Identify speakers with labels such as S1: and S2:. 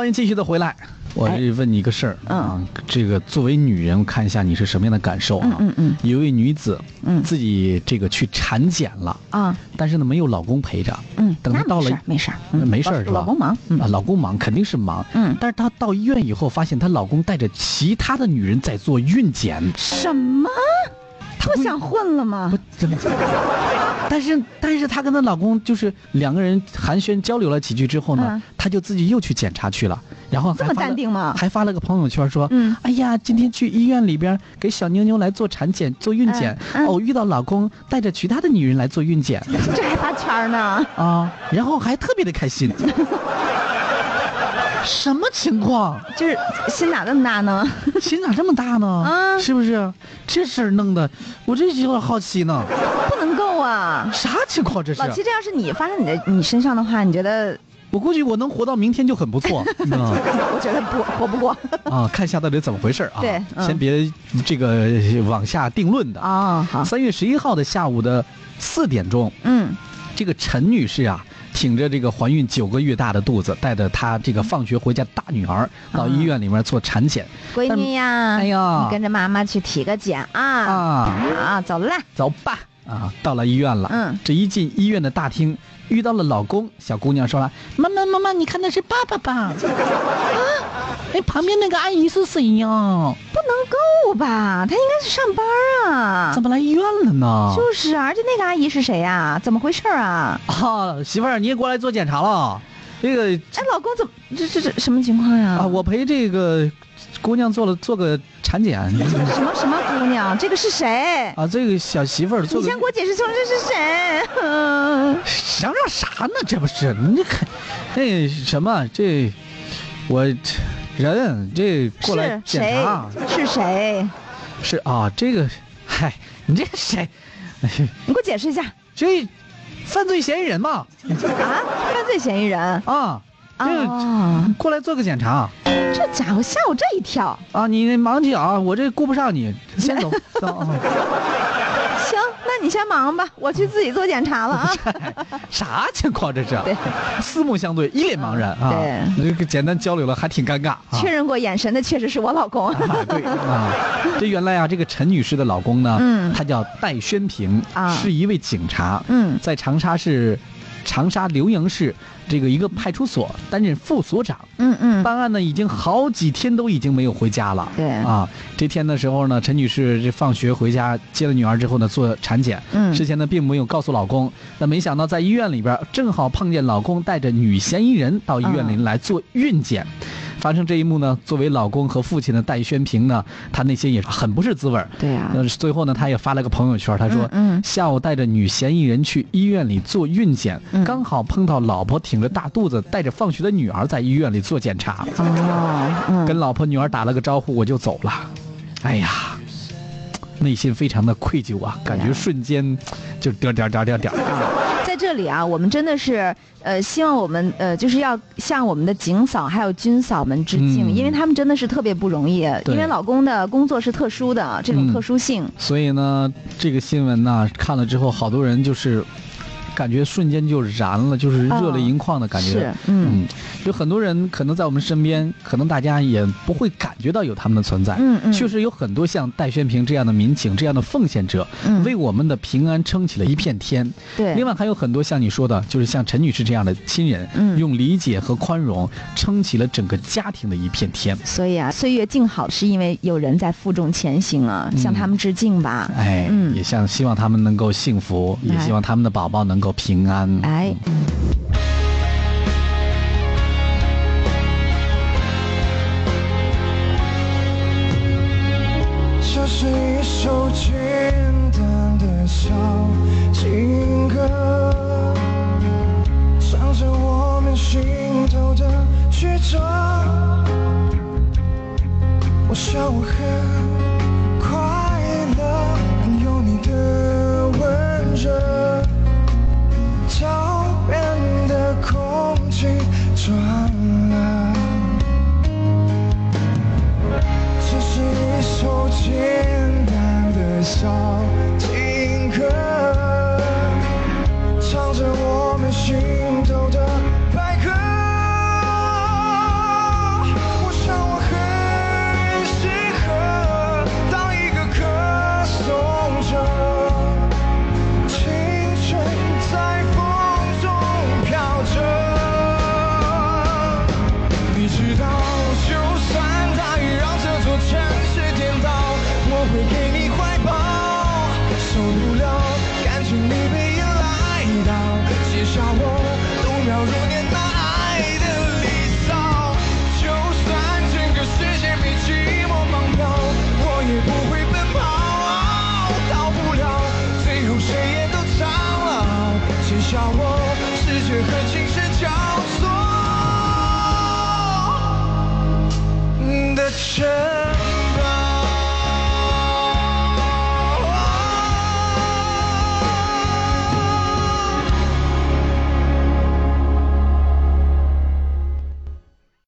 S1: 欢迎继续的回来，我
S2: 哎
S1: 是问你一个事儿、
S2: 嗯
S1: 啊，这个作为女人，我看一下你是什么样的感受啊？
S2: 嗯嗯
S1: 有一位女子，
S2: 嗯
S1: 自己这个去产检了，
S2: 啊，
S1: 但是呢没有老公陪着，
S2: 嗯，
S1: 等她
S2: 那
S1: 到
S2: 没事
S1: 了
S2: 儿，没事儿，
S1: 那
S2: 嗯
S1: 没事儿
S2: 老
S1: 是吧
S2: 老公忙，
S1: 啊，
S2: 嗯
S1: 老公忙肯定是忙，
S2: 嗯，
S1: 但是她到医院以后发现她老公带着其他的女人在做孕检，
S2: 什么？她不想混了吗
S1: 不？，真的。 但是，但是她跟她老公就是两个人寒暄交流了几句之后呢
S2: 嗯，
S1: 她、就自己又去检查去了，然后还
S2: 这么
S1: 发了
S2: 淡定吗
S1: 还发了个朋友圈说：“
S2: 嗯
S1: 哎呀，今天去医院里边给小妞妞来做产检、做孕检，
S2: 嗯嗯
S1: 偶遇到老公带着其他的女人来做孕检
S2: 这还发圈儿呢？
S1: 啊，然后还特别的开 心。什么情况？
S2: 就是心咋这么大呢？
S1: 心咋这么大呢？
S2: 啊
S1: 是不是？这事儿弄的，我这有点好奇呢，
S2: 不能够啊！
S1: 啥情况这是？
S2: 老七，这要是你发生你的你身上的话，你觉得？
S1: 我估计我能活到明天就很不错，嗯
S2: 我觉得不活不过
S1: 啊，看一下到底怎么回事儿啊。
S2: 对嗯
S1: 先别这个往下定论的。
S2: 啊、好，
S1: 三月十一号的下午的四点钟，
S2: 嗯
S1: 这个陈女士啊，挺着这个怀孕九个月大的肚子，带着她这个放学回家大女儿
S2: 啊
S1: 到医院里面做产检。
S2: 闺女呀，
S1: 哎呀
S2: 你跟着妈妈去体个检啊
S1: 啊，
S2: 啊，走啦，
S1: 走吧。啊，到了医院了。
S2: 嗯
S1: 这一进医院的大厅，遇到了老公。小姑娘说了：“妈妈，妈妈，你看那是爸爸吧？ 啊，哎，旁边那个阿姨是谁呀？
S2: 不能够吧？她应该是上班啊
S1: 怎，么来医院了呢？
S2: 就是啊，而且那个阿姨是谁呀、怎么回事儿啊？
S1: 啊，媳妇儿，你也过来做检查了？这个
S2: 哎，老公怎么这这这什么情况呀？
S1: 啊，我陪这个姑娘做了做个产 检
S2: 什么什么姑娘？这个是谁？
S1: 啊，这个小媳妇儿做
S2: 你
S1: 个
S2: 先给我解释清楚这是谁？嗯
S1: 想想啥呢？这不是你看，那什么这我人这 过来
S2: 是
S1: 检
S2: 谁
S1: 查？
S2: 是谁？
S1: 是啊，这个嗨，你这谁？
S2: 你给我解释一下
S1: 这犯罪嫌疑人嘛
S2: 啊！犯罪嫌疑人
S1: 啊，这
S2: 啊！
S1: 过来做个检查。
S2: 这家伙吓我这一跳。
S1: 啊，你忙去啊，我这顾不上你，先 走。走啊
S2: 行，那你先忙吧，我去自己做检查了 啊。
S1: 啥情况这是？
S2: 对，
S1: 四目相对，一脸茫然啊。
S2: 嗯，
S1: 这个简单交流了，还挺尴尬啊。
S2: 确认过眼神的确实是我 老公。
S1: 啊，对啊，这原来啊，这个陈女士的老公呢，
S2: 嗯
S1: 他叫戴宣平，
S2: 啊
S1: 是一位警察，
S2: 嗯
S1: 在长沙市。长沙浏阳市这个一个派出所担任副所长，
S2: 嗯嗯，
S1: 办案呢已经好几天都已经没有回家了。
S2: 对
S1: 啊，这天的时候呢，陈女士这放学回家接了女儿之后呢，做产检。
S2: 嗯
S1: 之前呢并没有告诉老公，那没想到在医院里边儿正好碰见老公带着女嫌疑人到医院里来做孕检。
S2: 嗯
S1: 发生这一幕呢，作为老公和父亲的戴宣平呢，他内心也很不是滋味儿。
S2: 对呀
S1: 呃，最后呢，他也发了个朋友圈，他说：“
S2: 啊嗯嗯
S1: 下午带着女嫌疑人去医院里做孕检，
S2: 嗯
S1: 刚好碰到老婆挺着大肚子带着放学的女儿在医院里做检查，
S2: 哦，嗯
S1: 跟老婆女儿打了个招呼，我就走了。哎呀，内心非常的愧疚啊，感觉瞬间就点儿点儿点儿点儿点儿
S2: 在这里啊，我们真的是呃，希望我们呃，就是要向我们的警嫂还有军嫂们致敬，
S1: 嗯
S2: 因为他们真的是特别不容易。
S1: 对
S2: 因为老公的工作是特殊的，这种
S1: 嗯
S2: 特殊性，
S1: 所以呢，这个新闻呢看了之后，好多人就是感觉瞬间就燃了，就是热泪盈眶的感觉。
S2: 啊是嗯
S1: 嗯，有很多人可能在我们身边，可能大家也不会感觉到有他们的存在。
S2: 嗯嗯，
S1: 确实有很多像戴宣平这样的民警、这样的奉献者，
S2: 嗯
S1: 为我们的平安撑起了一片天。
S2: 对，
S1: 另外还有很多像你说的，就是像陈女士这样的亲人，
S2: 嗯
S1: 用理解和宽容撑起了整个家庭的一片天。
S2: 所以啊，岁月静好是因为有人在负重前行啊，
S1: 嗯
S2: 向他们致敬吧。
S1: 哎，
S2: 嗯
S1: 也像希望他们能够幸福，也
S2: 哎
S1: 希望他们的宝宝能够平安。
S2: 哎，
S3: 这是一首简单的小情歌，唱着我们心头的曲折。我想我很